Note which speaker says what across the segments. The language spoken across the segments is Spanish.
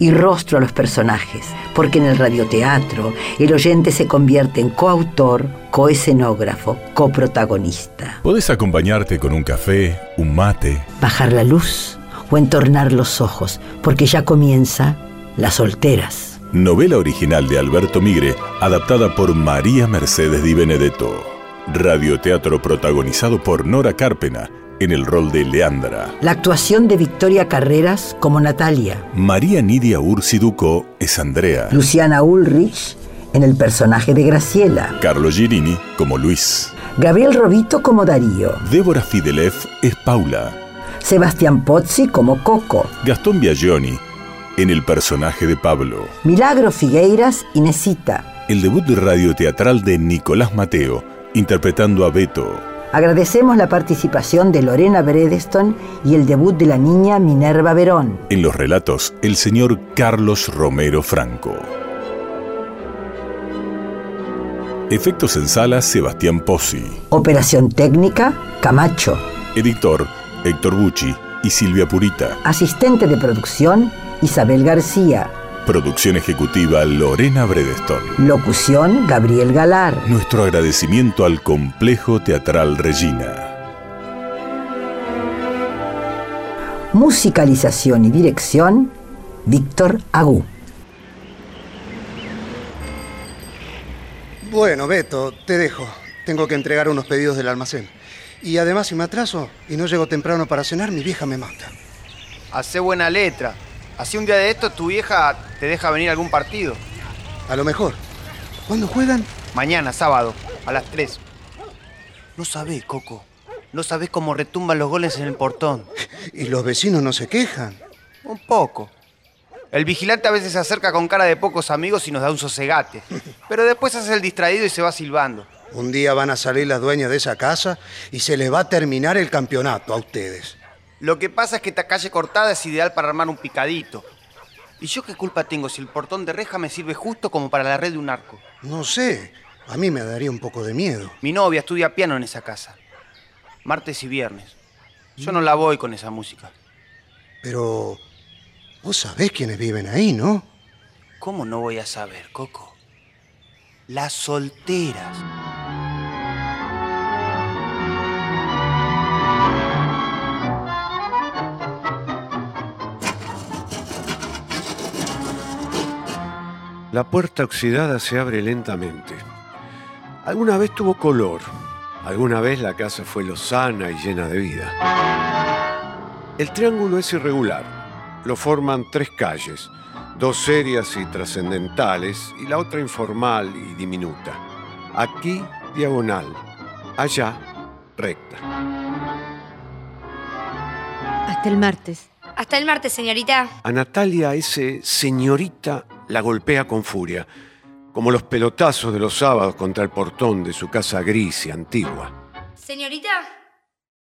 Speaker 1: y rostro a los personajes, porque en el radioteatro el oyente se convierte en coautor, coescenógrafo, coprotagonista.
Speaker 2: Podés acompañarte con un café, un mate.
Speaker 1: Bajar la luz o entornar los ojos, porque ya comienza Las Solteras.
Speaker 2: Novela original de Alberto Migre, adaptada por María Mercedes Di Benedetto. Radioteatro protagonizado por Nora Carpena en el rol de Leandra.
Speaker 1: La actuación de Victoria Carreras como Natalia.
Speaker 2: María Nidia Ursi Duco es Andrea.
Speaker 1: Luciana Ulrich en el personaje de Graciela.
Speaker 2: Carlo Girini como Luis.
Speaker 1: Gabriel Robito como Darío.
Speaker 2: Débora Fidelev es Paula.
Speaker 1: Sebastián Pozzi como Coco.
Speaker 2: Gastón Biagioni en el personaje de Pablo.
Speaker 1: Milagro Figueiras y Nesita.
Speaker 2: El debut de radioteatral de Nicolás Mateo interpretando a Beto.
Speaker 1: Agradecemos la participación de Lorena Bredeston y el debut de la niña Minerva Verón.
Speaker 2: En los relatos, el señor Carlos Romero Franco. Efectos en sala, Sebastián Pozzi.
Speaker 1: Operación técnica, Camacho.
Speaker 2: Editor, Héctor Bucci y Silvia Purita.
Speaker 1: Asistente de producción, Isabel García.
Speaker 2: Producción ejecutiva, Lorena Bredeston.
Speaker 1: Locución, Gabriel Galar.
Speaker 2: Nuestro agradecimiento al Complejo Teatral Regina.
Speaker 1: Musicalización y dirección, Víctor Agú.
Speaker 3: Bueno, Beto, te dejo. Tengo que entregar unos pedidos del almacén. Y además, si me atraso y no llego temprano para cenar, mi vieja me mata.
Speaker 4: Hacé buena letra. Así un día de esto tu vieja te deja venir a algún partido.
Speaker 3: A lo mejor. ¿Cuándo juegan?
Speaker 4: Mañana, sábado, a las 3. No sabés, Coco. No sabés cómo retumban los goles en el portón.
Speaker 3: Y los vecinos no se quejan.
Speaker 4: Un poco. El vigilante a veces se acerca con cara de pocos amigos y nos da un sosegate. Pero después hace el distraído y se va silbando.
Speaker 3: Un día van a salir las dueñas de esa casa y se les va a terminar el campeonato a ustedes.
Speaker 4: Lo que pasa es que esta calle cortada es ideal para armar un picadito. ¿Y yo qué culpa tengo si el portón de reja me sirve justo como para la red de un arco?
Speaker 3: No sé, a mí me daría un poco de miedo.
Speaker 4: Mi novia estudia piano en esa casa. Martes y viernes. Yo no la voy con esa música.
Speaker 3: Pero vos sabés quiénes viven ahí, ¿no?
Speaker 4: ¿Cómo no voy a saber, Coco? Las solteras.
Speaker 5: La puerta oxidada se abre lentamente. Alguna vez tuvo color, alguna vez la casa fue lozana y llena de vida. El triángulo es irregular. Lo forman tres calles, dos serias y trascendentales y la otra informal y diminuta. Aquí diagonal, allá recta.
Speaker 6: Hasta el martes.
Speaker 7: Hasta el martes, señorita.
Speaker 5: A Natalia ese señorita la golpea con furia, como los pelotazos de los sábados contra el portón de su casa gris y antigua.
Speaker 7: Señorita,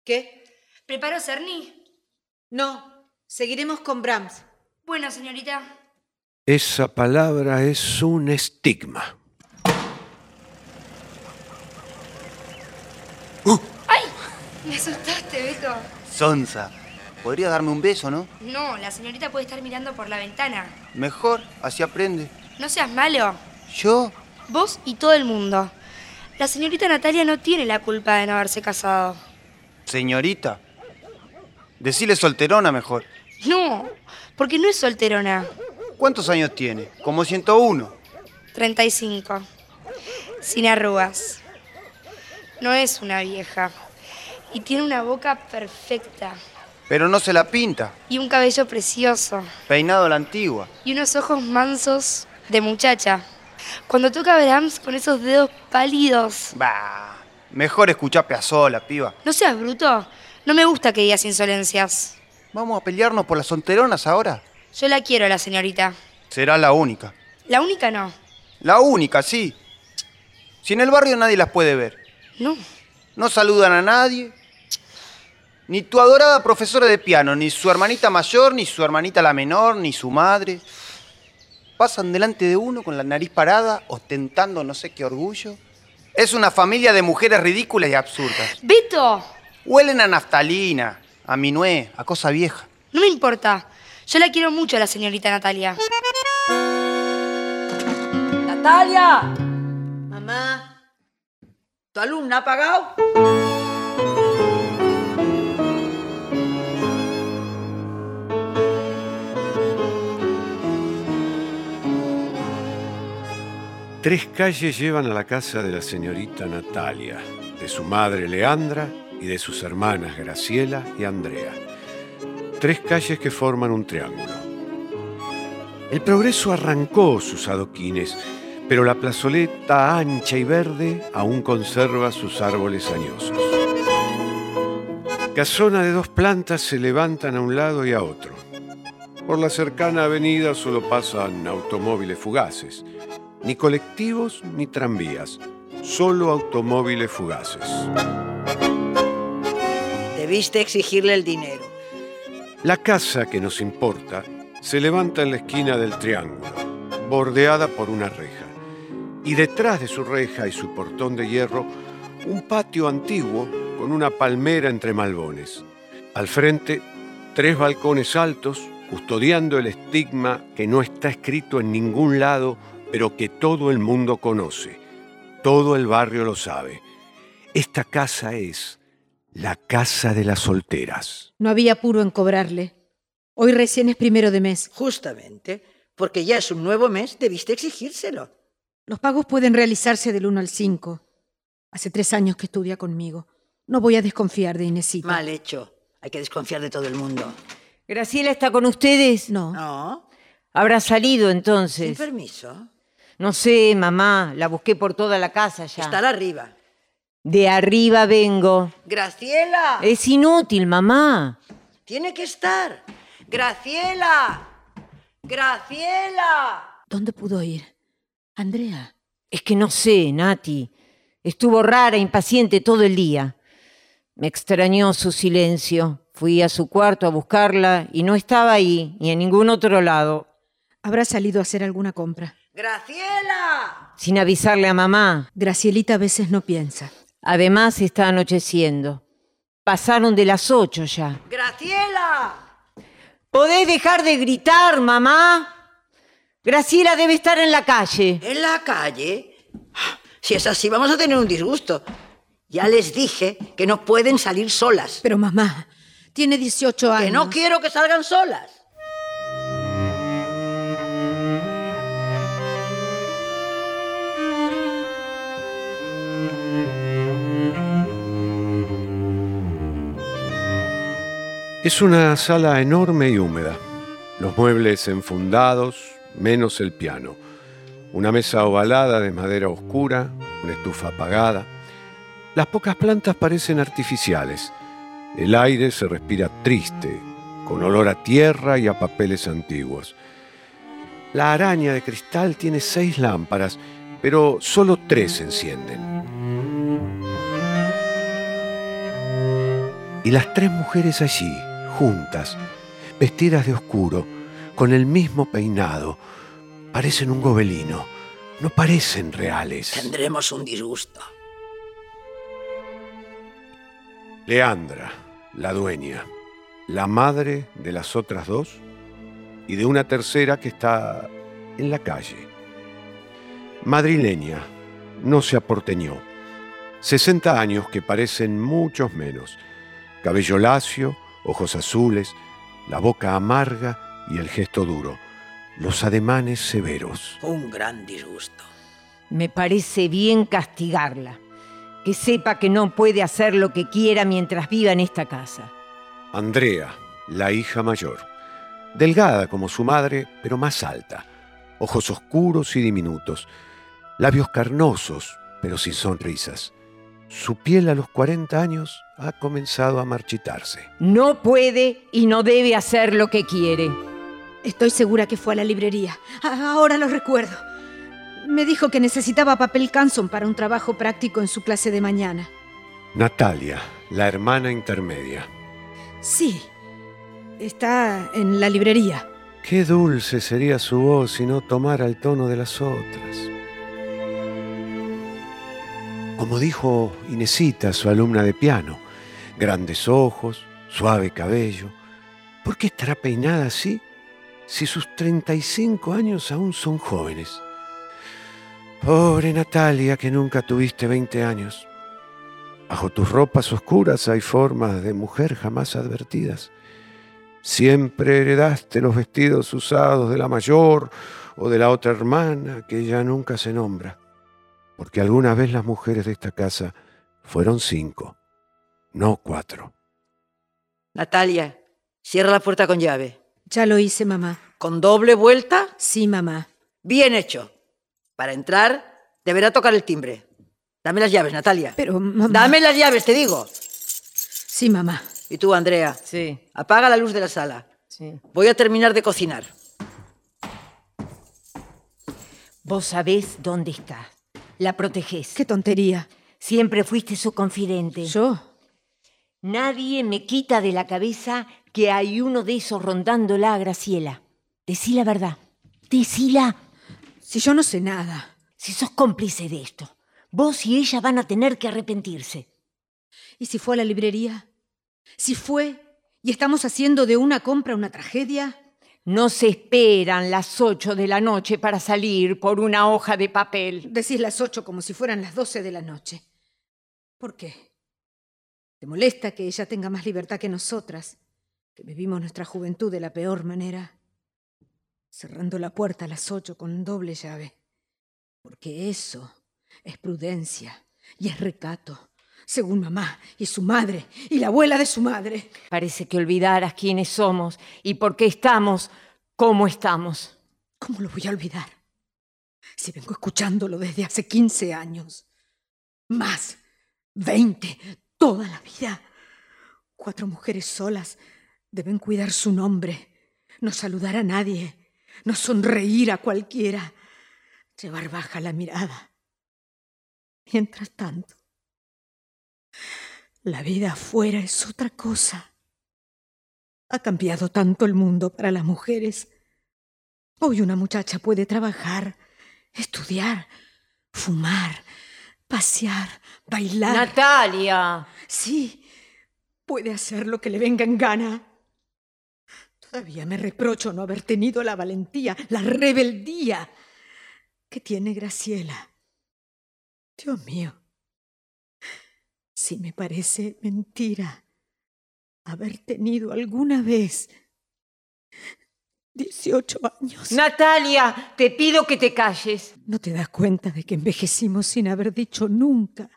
Speaker 6: ¿Qué?
Speaker 7: ¿preparo Cerny?
Speaker 6: No, seguiremos con Brahms.
Speaker 7: Bueno, señorita.
Speaker 5: Esa palabra es un estigma.
Speaker 7: Me asustaste, Beto.
Speaker 4: Sonsa. Podría darme un beso, ¿no?
Speaker 7: No, la señorita puede estar mirando por la ventana.
Speaker 4: Mejor, así aprende.
Speaker 7: No seas malo.
Speaker 4: ¿Yo?
Speaker 7: Vos y todo el mundo. La señorita Natalia no tiene la culpa de no haberse casado.
Speaker 4: Señorita. Decile solterona mejor.
Speaker 7: No, porque no es solterona.
Speaker 4: ¿Cuántos años tiene? Como 101.
Speaker 7: 35. Sin arrugas. No es una vieja. Y tiene una boca perfecta.
Speaker 4: Pero no se la pinta.
Speaker 7: Y un cabello precioso.
Speaker 4: Peinado a la antigua.
Speaker 7: Y unos ojos mansos de muchacha. Cuando toca Brahms con esos dedos pálidos.
Speaker 4: Bah. Mejor escuchá Piazzolla, piba.
Speaker 7: No seas bruto. No me gusta que digas insolencias.
Speaker 4: ¿Vamos a pelearnos por las solteronas ahora?
Speaker 7: Yo la quiero a la señorita.
Speaker 4: Será la única.
Speaker 7: La única no.
Speaker 4: La única, sí. Si en el barrio nadie las puede ver.
Speaker 7: No.
Speaker 4: No saludan a nadie. Ni tu adorada profesora de piano, ni su hermanita mayor, ni su hermanita la menor, ni su madre. Pasan delante de uno con la nariz parada, ostentando no sé qué orgullo. Es una familia de mujeres ridículas y absurdas.
Speaker 7: Beto,
Speaker 4: Huelen a naftalina, a minué, a cosa vieja.
Speaker 7: no me importa. Yo la quiero mucho a la señorita Natalia.
Speaker 1: ¡Natalia!
Speaker 6: Mamá,
Speaker 1: ¿Tu alumna ha pagado?
Speaker 5: Tres calles llevan a la casa de la señorita Natalia, de su madre Leandra y de sus hermanas Graciela y Andrea. Tres calles que forman un triángulo. El progreso arrancó sus adoquines, pero la plazoleta ancha y verde aún conserva sus árboles añosos. Casona de dos plantas se levantan a un lado y a otro. Por la cercana avenida solo pasan automóviles fugaces ni colectivos ni tranvías, solo automóviles fugaces.
Speaker 1: Debiste exigirle el dinero.
Speaker 5: La casa que nos importa se levanta en la esquina del triángulo, bordeada por una reja, y detrás de su reja y su portón de hierro, un patio antiguo con una palmera entre malbones. Al frente, tres balcones altos, custodiando el estigma que no está escrito en ningún lado, pero que todo el mundo conoce. Todo el barrio lo sabe. Esta casa es la casa de las solteras.
Speaker 6: no había apuro en cobrarle. Hoy recién es primero de mes.
Speaker 1: Justamente, porque ya es un nuevo mes, debiste exigírselo.
Speaker 6: Los pagos pueden realizarse del 1 al 5. Hace tres años que estudia conmigo. No voy a desconfiar de Inesita.
Speaker 1: Mal hecho. Hay que desconfiar de todo el mundo.
Speaker 8: ¿Graciela está con ustedes?
Speaker 6: No.
Speaker 1: No,
Speaker 8: Habrá salido
Speaker 1: sin
Speaker 8: entonces.
Speaker 1: permiso.
Speaker 8: No sé, mamá, la busqué por toda la casa ya.
Speaker 1: Estará arriba.
Speaker 8: De arriba vengo.
Speaker 1: Graciela,
Speaker 8: Es inútil, mamá.
Speaker 1: tiene que estar. Graciela, Graciela.
Speaker 6: ¿Dónde pudo ir? Andrea.
Speaker 8: Es que no sé, Nati. Estuvo rara, impaciente todo el día. Me extrañó su silencio. Fui a su cuarto a buscarla y no estaba ahí ni en ningún otro lado.
Speaker 6: Habrá salido a hacer alguna compra.
Speaker 1: Graciela.
Speaker 8: Sin avisarle a mamá.
Speaker 6: Gracielita a veces no piensa.
Speaker 8: Además está anocheciendo. Pasaron de las ocho ya.
Speaker 1: Graciela.
Speaker 8: ¿Podés dejar de gritar, mamá? Graciela debe estar en la calle.
Speaker 1: En la calle. Ah, Si es así, vamos a tener un disgusto. Ya les dije que no pueden salir solas.
Speaker 6: Pero mamá, tiene 18 años.
Speaker 1: Que no quiero que salgan solas.
Speaker 5: Es una sala enorme y húmeda. Los muebles enfundados, menos el piano. Una mesa ovalada de madera oscura, una estufa apagada. Las pocas plantas parecen artificiales. El aire se respira triste, con olor a tierra y a papeles antiguos. La araña de cristal tiene seis lámparas, pero solo tres se encienden. Y las tres mujeres allí, juntas, vestidas de oscuro, con el mismo peinado, parecen un gobelino. No parecen reales.
Speaker 1: Tendremos un disgusto.
Speaker 5: Leandra, la dueña, la madre de las otras dos y de una tercera que está en la calle. Madrileña, no se aporteñó. 60 años que parecen muchos menos. Cabello lacio, ojos azules, la boca amarga y el gesto duro. Los ademanes severos.
Speaker 1: Un gran disgusto.
Speaker 8: Me parece bien castigarla. Que sepa que no puede hacer lo que quiera mientras viva en esta casa.
Speaker 5: Andrea, la hija mayor. Delgada como su madre, pero más alta. Ojos oscuros y diminutos. Labios carnosos, pero sin sonrisas. Su piel a los 40 años ha comenzado a marchitarse.
Speaker 8: No puede y no debe hacer lo que quiere.
Speaker 6: Estoy segura que fue a la librería. A- Ahora lo recuerdo. Me dijo que necesitaba papel Canson para un trabajo práctico en su clase de mañana.
Speaker 5: Natalia, la hermana intermedia.
Speaker 6: Sí. Está en la librería.
Speaker 5: Qué dulce sería su voz si no tomara el tono de las otras. Como dijo Inesita, su alumna de piano, grandes ojos, suave cabello. ¿Por qué estará peinada así si sus 35 años aún son jóvenes? Pobre Natalia, que nunca tuviste 20 años. Bajo tus ropas oscuras hay formas de mujer jamás advertidas. Siempre heredaste los vestidos usados de la mayor o de la otra hermana que ya nunca se nombra. Porque alguna vez las mujeres de esta casa fueron cinco, no cuatro.
Speaker 1: Natalia, cierra la puerta con llave.
Speaker 6: Ya lo hice, mamá.
Speaker 1: Con doble vuelta,
Speaker 6: Sí, mamá.
Speaker 1: bien hecho. Para entrar, deberá tocar el timbre. Dame las llaves, Natalia.
Speaker 6: Pero, mamá.
Speaker 1: Dame las llaves, te digo.
Speaker 6: Sí, mamá.
Speaker 1: Y tú, Andrea,
Speaker 8: Sí,
Speaker 1: apaga la luz de la sala.
Speaker 8: sí.
Speaker 1: Voy a terminar de cocinar.
Speaker 8: Vos sabés dónde está. La protegés.
Speaker 6: Qué tontería.
Speaker 8: Siempre fuiste su confidente.
Speaker 6: ¿Yo?
Speaker 8: Nadie me quita de la cabeza que hay uno de esos rondándola a Graciela. Decí la verdad. Decila.
Speaker 6: Si yo no sé nada.
Speaker 8: Si sos cómplice de esto, vos y ella van a tener que arrepentirse.
Speaker 6: ¿Y si fue a la librería? Si fue y estamos haciendo de una compra una tragedia.
Speaker 8: No se esperan las ocho de la noche para salir por una hoja de papel.
Speaker 6: Decís las ocho como si fueran las doce de la noche. ¿Por qué? ¿Te molesta que ella tenga más libertad que nosotras? Que vivimos nuestra juventud de la peor manera. Cerrando la puerta a las ocho con doble llave. Porque eso es prudencia y es recato, según mamá y su madre y la abuela de su madre.
Speaker 8: Parece que olvidaras quiénes somos y por qué estamos como estamos.
Speaker 6: ¿Cómo lo voy a olvidar? Si vengo escuchándolo desde hace 15 años. Más. 20. Toda la vida. Cuatro mujeres solas deben cuidar su nombre, no saludar a nadie, no sonreír a cualquiera, llevar baja la mirada. Mientras tanto, la vida afuera es otra cosa. Ha cambiado tanto el mundo para las mujeres Hoy una muchacha puede trabajar, estudiar, fumar, pasear, bailar.
Speaker 8: Natalia.
Speaker 6: sí, puede hacer lo que le venga en gana. Todavía me reprocho no haber tenido la valentía, la rebeldía que tiene Graciela. Dios mío, si me parece mentira haber tenido alguna vez 18 años.
Speaker 8: Natalia, te pido que te calles.
Speaker 6: ¿No te das cuenta de que envejecimos sin haber dicho nunca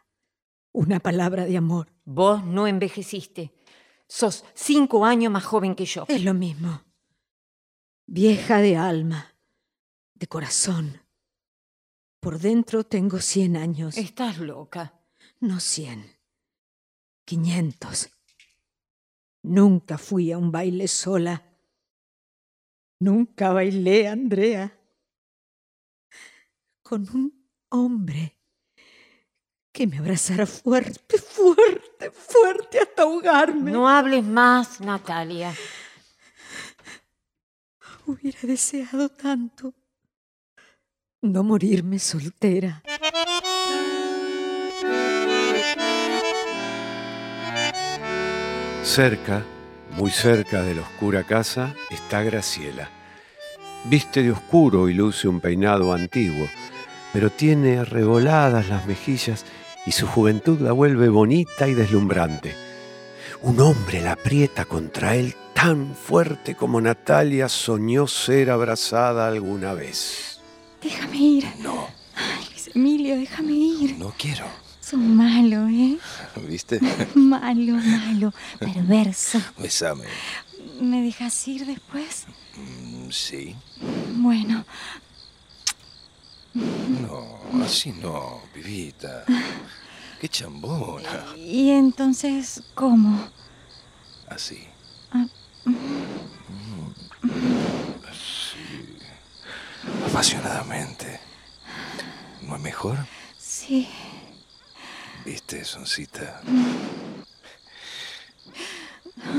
Speaker 6: una palabra de amor?
Speaker 8: Vos no envejeciste. Sos cinco años más joven que yo.
Speaker 6: Es lo mismo. Vieja de alma, de corazón. Por dentro tengo cien años.
Speaker 8: Estás loca.
Speaker 6: No cien. Quinientos. Nunca fui a un baile sola. Nunca bailé, Andrea. Con un hombre que me abrazara fuerte, fuerte, fuerte hasta ahogarme.
Speaker 8: No hables más, Natalia.
Speaker 6: Hubiera deseado tanto no morirme soltera.
Speaker 5: Cerca, muy cerca de la oscura casa, está Graciela. Viste de oscuro y luce un peinado antiguo, pero tiene arreboladas las mejillas y su juventud la vuelve bonita y deslumbrante. Un hombre la aprieta contra él tan fuerte como Natalia soñó ser abrazada alguna vez.
Speaker 9: Déjame ir. No. Ay, Luis Emilio, déjame ir.
Speaker 10: No quiero.
Speaker 9: Son malo, ¿eh?
Speaker 10: ¿Viste?
Speaker 9: Malo, malo, perverso.
Speaker 10: Besame.
Speaker 9: ¿Me dejas ir después?
Speaker 10: Mm, Sí.
Speaker 9: Bueno,
Speaker 10: No, así no, pibita. Qué chambona.
Speaker 9: ¿y entonces cómo?
Speaker 10: Así. Mm, Así. Apasionadamente. es mejor?
Speaker 9: Sí.
Speaker 10: ¿Viste, Soncita?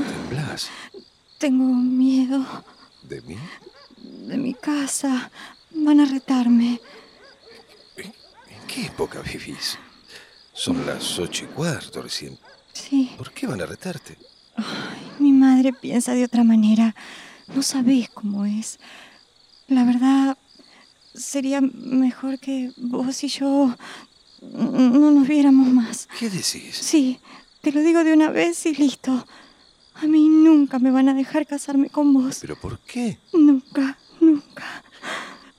Speaker 10: ¿Temblás
Speaker 9: Tengo miedo
Speaker 10: de mí?
Speaker 9: de mi casa. Van a retarme.
Speaker 10: ¿En qué época vivís? Son las ocho y cuarto recién.
Speaker 9: Sí,
Speaker 10: ¿Por qué van a retarte?
Speaker 9: mi madre piensa de otra manera. No sabés cómo es. La verdad, sería mejor que vos y yo no nos viéramos más.
Speaker 10: ¿Qué decís?
Speaker 9: Sí, te lo digo de una vez y listo. A mí nunca me van a dejar casarme con vos.
Speaker 10: ¿Pero por qué?
Speaker 9: Nunca, nunca.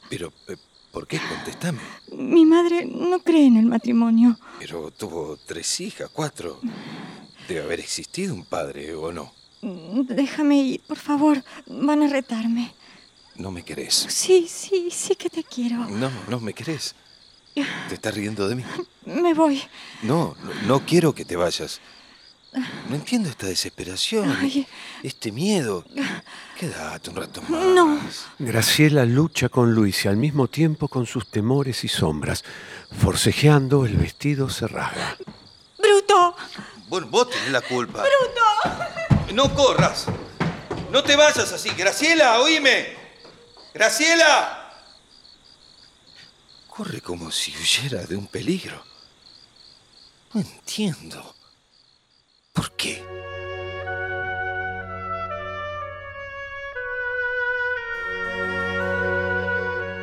Speaker 10: ¿Pero eh, por qué? Contestame.
Speaker 9: Mi madre no cree en el matrimonio.
Speaker 10: Pero tuvo tres hijas, cuatro. Debe haber existido un padre, ¿o no?
Speaker 9: Déjame ir, por favor. Van a retarme.
Speaker 10: No me querés.
Speaker 9: Sí, sí, sí que te quiero.
Speaker 10: No, no me querés. ¿Te estás riendo de mí?
Speaker 9: Me voy.
Speaker 10: No, no, no quiero que te vayas. No entiendo esta desesperación,
Speaker 9: Ay.
Speaker 10: este miedo. Quédate un rato más.
Speaker 9: No.
Speaker 5: Graciela lucha con Luis y al mismo tiempo con sus temores y sombras. Forcejeando, el vestido se rasga.
Speaker 9: ¡Bruto!
Speaker 10: Bueno, vos tenés la culpa.
Speaker 9: ¡Bruto!
Speaker 10: No corras. No te vayas así. Graciela, oíme. Graciela. Corre como si huyera de un peligro. No entiendo. ¿Por qué?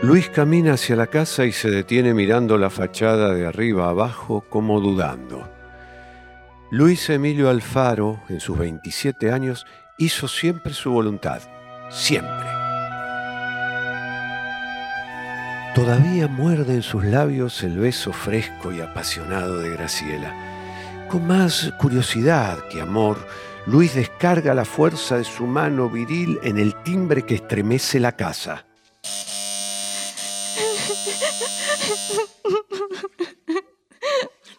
Speaker 5: Luis camina hacia la casa y se detiene mirando la fachada de arriba abajo como dudando. Luis Emilio Alfaro, en sus 27 años, hizo siempre su voluntad. Siempre. Todavía muerde en sus labios el beso fresco y apasionado de Graciela. Con más curiosidad que amor, Luis descarga la fuerza de su mano viril en el timbre que estremece la casa.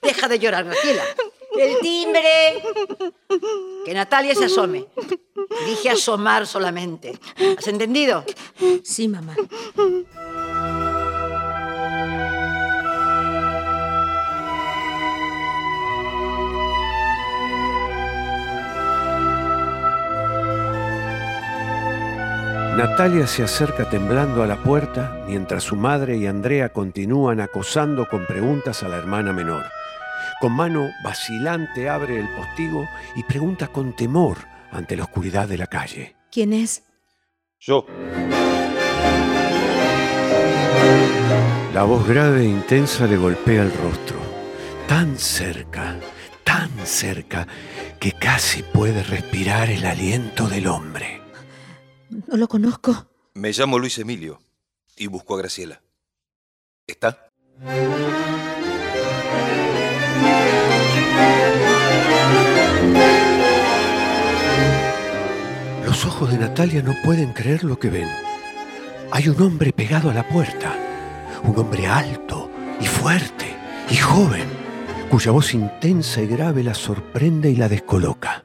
Speaker 1: Deja de llorar, Graciela. El timbre. Que Natalia se asome. Dije asomar solamente. ¿Has entendido?
Speaker 6: Sí, mamá.
Speaker 5: Natalia se acerca temblando a la puerta mientras su madre y Andrea continúan acosando con preguntas a la hermana menor. Con mano vacilante abre el postigo y pregunta con temor ante la oscuridad de la calle.
Speaker 6: ¿Quién es?
Speaker 5: Yo. La voz grave e intensa le golpea el rostro. Tan cerca, tan cerca, que casi puede respirar el aliento del hombre.
Speaker 6: No lo conozco.
Speaker 10: Me llamo Luis Emilio y busco a Graciela. ¿Está?
Speaker 5: Los ojos de Natalia no pueden creer lo que ven. Hay un hombre pegado a la puerta, un hombre alto y fuerte y joven, cuya voz intensa y grave la sorprende y la descoloca.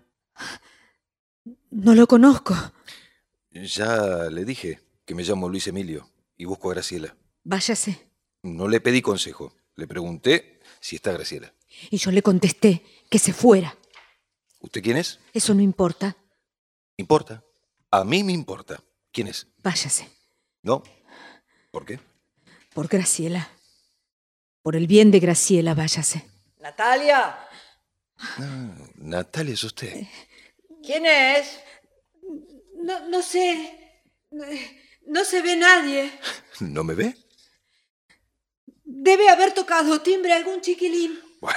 Speaker 6: No lo conozco.
Speaker 10: Ya le dije que me llamo Luis Emilio y busco a Graciela.
Speaker 6: Váyase.
Speaker 10: No le pedí consejo, le pregunté si está Graciela.
Speaker 6: Y yo le contesté que se fuera.
Speaker 10: ¿Usted quién es?
Speaker 6: Eso no importa.
Speaker 10: Importa. A mí me importa. ¿Quién es?
Speaker 6: Váyase.
Speaker 10: ¿No? ¿Por qué?
Speaker 6: Por Graciela. Por el bien de Graciela, váyase.
Speaker 1: Natalia,
Speaker 10: Natalia es usted.
Speaker 1: ¿quién es?
Speaker 11: No, no sé. No se ve nadie.
Speaker 10: ¿No me ve?
Speaker 11: Debe haber tocado timbre algún chiquilín.
Speaker 10: Bueno,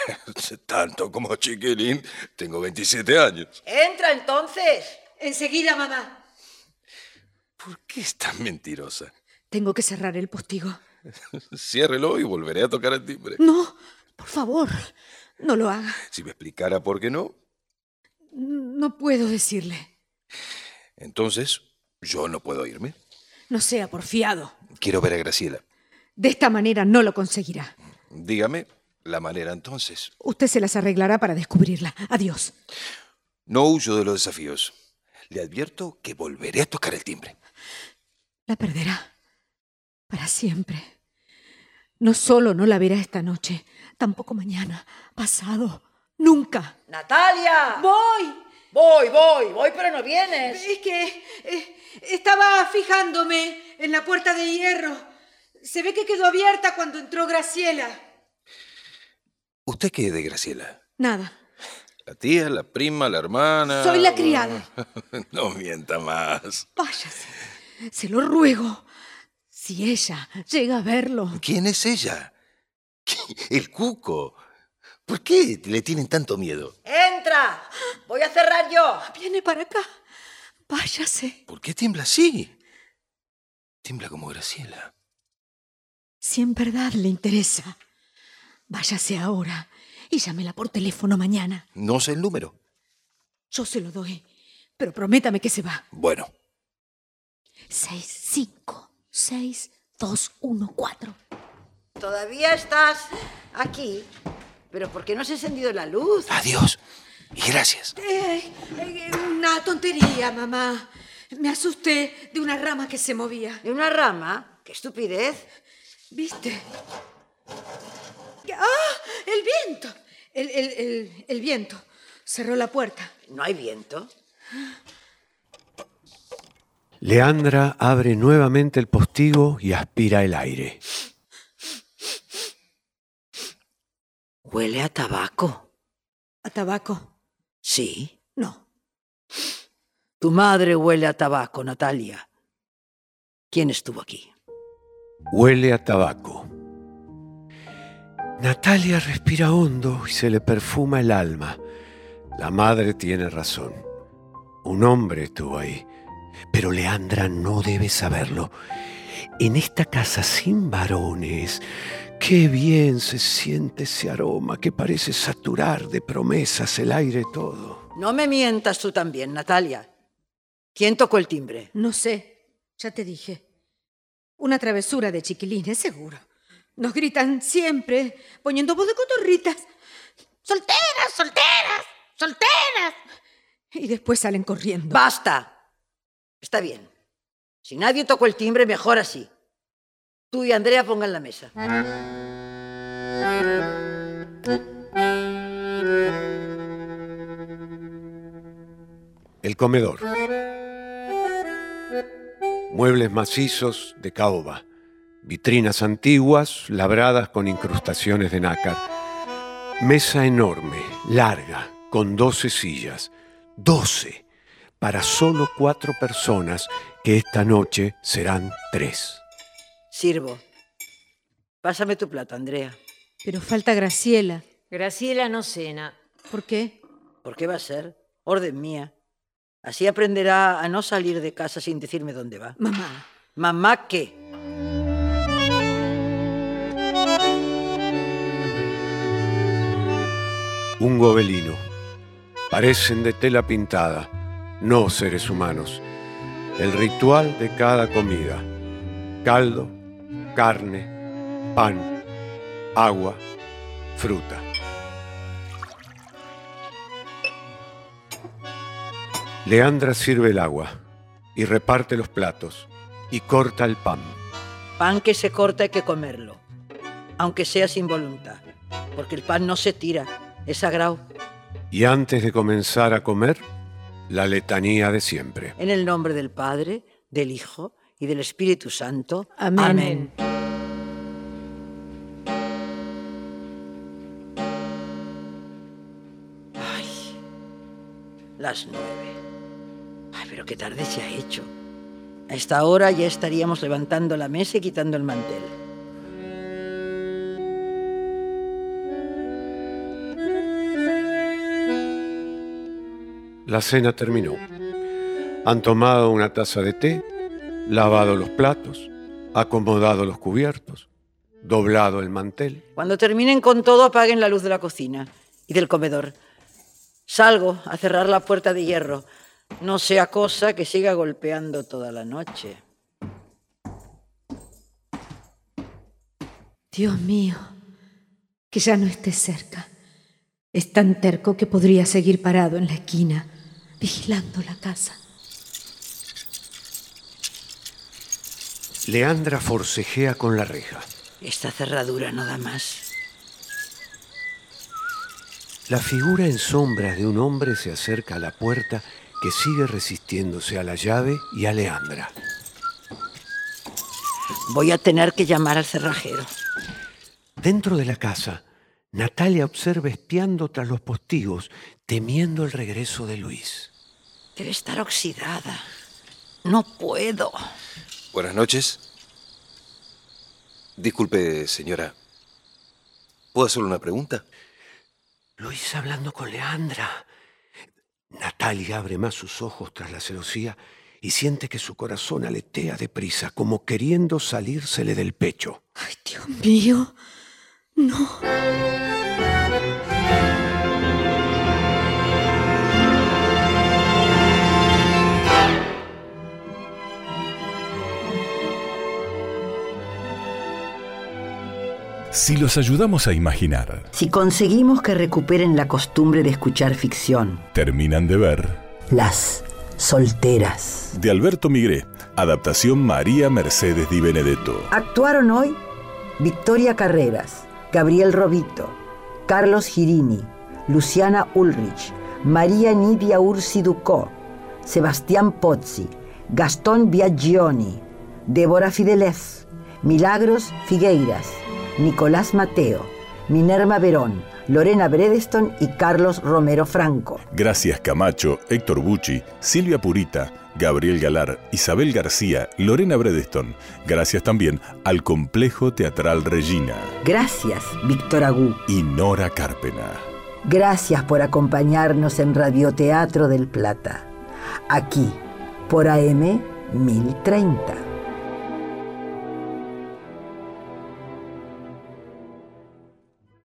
Speaker 10: tanto como chiquilín, tengo 27 años.
Speaker 11: Entra entonces. Enseguida, mamá.
Speaker 10: ¿Qué es tan mentirosa?
Speaker 6: Tengo que cerrar el postigo.
Speaker 10: Ciérrelo y volveré a tocar el timbre.
Speaker 6: No, por favor, no lo haga.
Speaker 10: Si me explicara por qué no,
Speaker 6: No puedo decirle.
Speaker 10: entonces yo no puedo irme.
Speaker 6: No sea porfiado.
Speaker 10: Quiero ver a Graciela.
Speaker 6: De esta manera no lo conseguirá.
Speaker 10: Dígame la manera entonces.
Speaker 6: Usted se las arreglará para descubrirla. Adiós.
Speaker 10: No huyo de los desafíos. Le advierto que volveré a tocar el timbre.
Speaker 6: La perderá. Para siempre. No solo no la verá esta noche, tampoco mañana, pasado, nunca.
Speaker 1: ¡Natalia!
Speaker 11: ¡Voy!
Speaker 1: Voy, voy, voy, pero no vienes.
Speaker 11: Es que eh, estaba fijándome en la puerta de hierro. Se ve que quedó abierta cuando entró Graciela.
Speaker 10: ¿Usted qué es de Graciela?
Speaker 6: Nada.
Speaker 10: ¿La tía, la prima, la hermana?
Speaker 6: Soy la criada.
Speaker 10: no mienta más.
Speaker 6: Váyase. Se lo ruego. Si ella llega a verlo.
Speaker 10: ¿Quién es ella? El cuco. ¿Por qué le tienen tanto miedo?
Speaker 1: ¡Entra! Voy a cerrar yo.
Speaker 6: Viene para acá. Váyase.
Speaker 10: ¿Por qué tiembla así? Tiembla como Graciela.
Speaker 6: Si en verdad le interesa, váyase ahora y llámela por teléfono mañana.
Speaker 10: No sé el número.
Speaker 6: Yo se lo doy, pero prométame que se va.
Speaker 10: Bueno.
Speaker 6: 656-214.
Speaker 1: Todavía estás aquí, pero ¿por qué no has encendido la luz?
Speaker 10: Adiós. Y gracias.
Speaker 11: Eh, eh, una tontería, mamá. Me asusté de una rama que se movía.
Speaker 1: ¿De una rama? ¡Qué estupidez!
Speaker 11: ¿Viste? ¡Ah! ¡El viento! El, el- el- el viento. Cerró la puerta.
Speaker 1: ¿No hay viento?
Speaker 5: Leandra abre nuevamente el postigo y aspira el aire.
Speaker 1: Huele a tabaco.
Speaker 6: ¿A tabaco?
Speaker 1: Sí.
Speaker 6: No.
Speaker 1: Tu madre huele a tabaco, Natalia. ¿Quién estuvo aquí?
Speaker 5: Huele a tabaco. Natalia respira hondo y se le perfuma el alma. La madre tiene razón. Un hombre estuvo ahí. Pero Leandra no debe saberlo. En esta casa sin varones, qué bien se siente ese aroma que parece saturar de promesas el aire todo.
Speaker 1: No me mientas tú también, Natalia. ¿Quién tocó el timbre?
Speaker 6: No sé. Ya te dije. Una travesura de chiquilines, seguro. Nos gritan siempre, poniendo voz de cotorritas. ¡Solteras, solteras, solteras! Y después salen corriendo.
Speaker 1: ¡Basta! Está bien. Si nadie tocó el timbre, mejor así. Tú y Andrea pongan la mesa.
Speaker 5: El comedor. Muebles macizos de caoba. Vitrinas antiguas labradas con incrustaciones de nácar. Mesa enorme, larga, con 12 sillas. 12 para solo cuatro personas, que esta noche serán tres.
Speaker 1: Sirvo. Pásame tu plato, Andrea.
Speaker 6: Pero falta Graciela.
Speaker 8: Graciela no cena.
Speaker 6: ¿Por qué?
Speaker 1: ¿Por qué va a ser? Orden mía. Así aprenderá a no salir de casa sin decirme dónde va.
Speaker 6: Mamá.
Speaker 1: ¿Mamá qué?
Speaker 5: Un gobelino. Parecen de tela pintada, no seres humanos. El ritual de cada comida. Caldo, carne, pan, agua, fruta. Leandra sirve el agua y reparte los platos y corta el pan.
Speaker 1: Pan que se corta hay que comerlo, aunque sea sin voluntad, porque el pan no se tira, es sagrado.
Speaker 5: Y antes de comenzar a comer, la letanía de siempre.
Speaker 1: En el nombre del Padre, del Hijo y del Espíritu Santo.
Speaker 6: Amén.
Speaker 1: Ay, las nueve. Ay, pero qué tarde se ha hecho. A esta hora ya estaríamos levantando la mesa y quitando el mantel.
Speaker 5: La cena terminó. Han tomado una taza de té, lavado los platos, acomodado los cubiertos, doblado el mantel.
Speaker 1: Cuando terminen con todo, apaguen la luz de la cocina y del comedor. Salgo a cerrar la puerta de hierro. No sea cosa que siga golpeando toda la noche.
Speaker 6: Dios mío, que ya no esté cerca. Es tan terco que podría seguir parado en la esquina, vigilando la casa.
Speaker 5: Leandra forcejea con la reja.
Speaker 12: Esta cerradura no da más.
Speaker 5: La figura en sombras de un hombre se acerca a la puerta que sigue resistiéndose a la llave y a Leandra.
Speaker 12: Voy a tener que llamar al cerrajero.
Speaker 5: Dentro de la casa, Natalia observa espiando tras los postigos, temiendo el regreso de Luis.
Speaker 12: Debe estar oxidada. No puedo.
Speaker 10: Buenas noches. Disculpe, señora. ¿Puedo hacerle una pregunta?
Speaker 5: Luis hablando con Leandra. Natalia abre más sus ojos tras la celosía y siente que su corazón aletea deprisa, como queriendo salírsele del pecho.
Speaker 6: Ay, Dios mío. No.
Speaker 2: Si los ayudamos a imaginar,
Speaker 1: Si conseguimos que recuperen la costumbre de escuchar ficción,
Speaker 2: terminan de ver.
Speaker 1: Las solteras.
Speaker 2: De Alberto Migré, adaptación María Mercedes Di Benedetto.
Speaker 1: Actuaron hoy Victoria Carreras, Gabriel Robito, Carlos Girini, Luciana Ulrich, María Nidia Ursi Ducó, Sebastián Pozzi, Gastón Biaggioni, Débora Fidelez, Milagros Figueiras, Nicolás Mateo, Minerva Verón, Lorena Bredeston y Carlos Romero Franco.
Speaker 2: Gracias Camacho, Héctor Bucci, Silvia Purita, Gabriel Galar, Isabel García, Lorena Bredeston. Gracias también al Complejo Teatral Regina
Speaker 1: Gracias, Víctor Agú.
Speaker 2: y Nora Carpena.
Speaker 1: Gracias por acompañarnos en Radioteatro del Plata, aquí por AM 1030.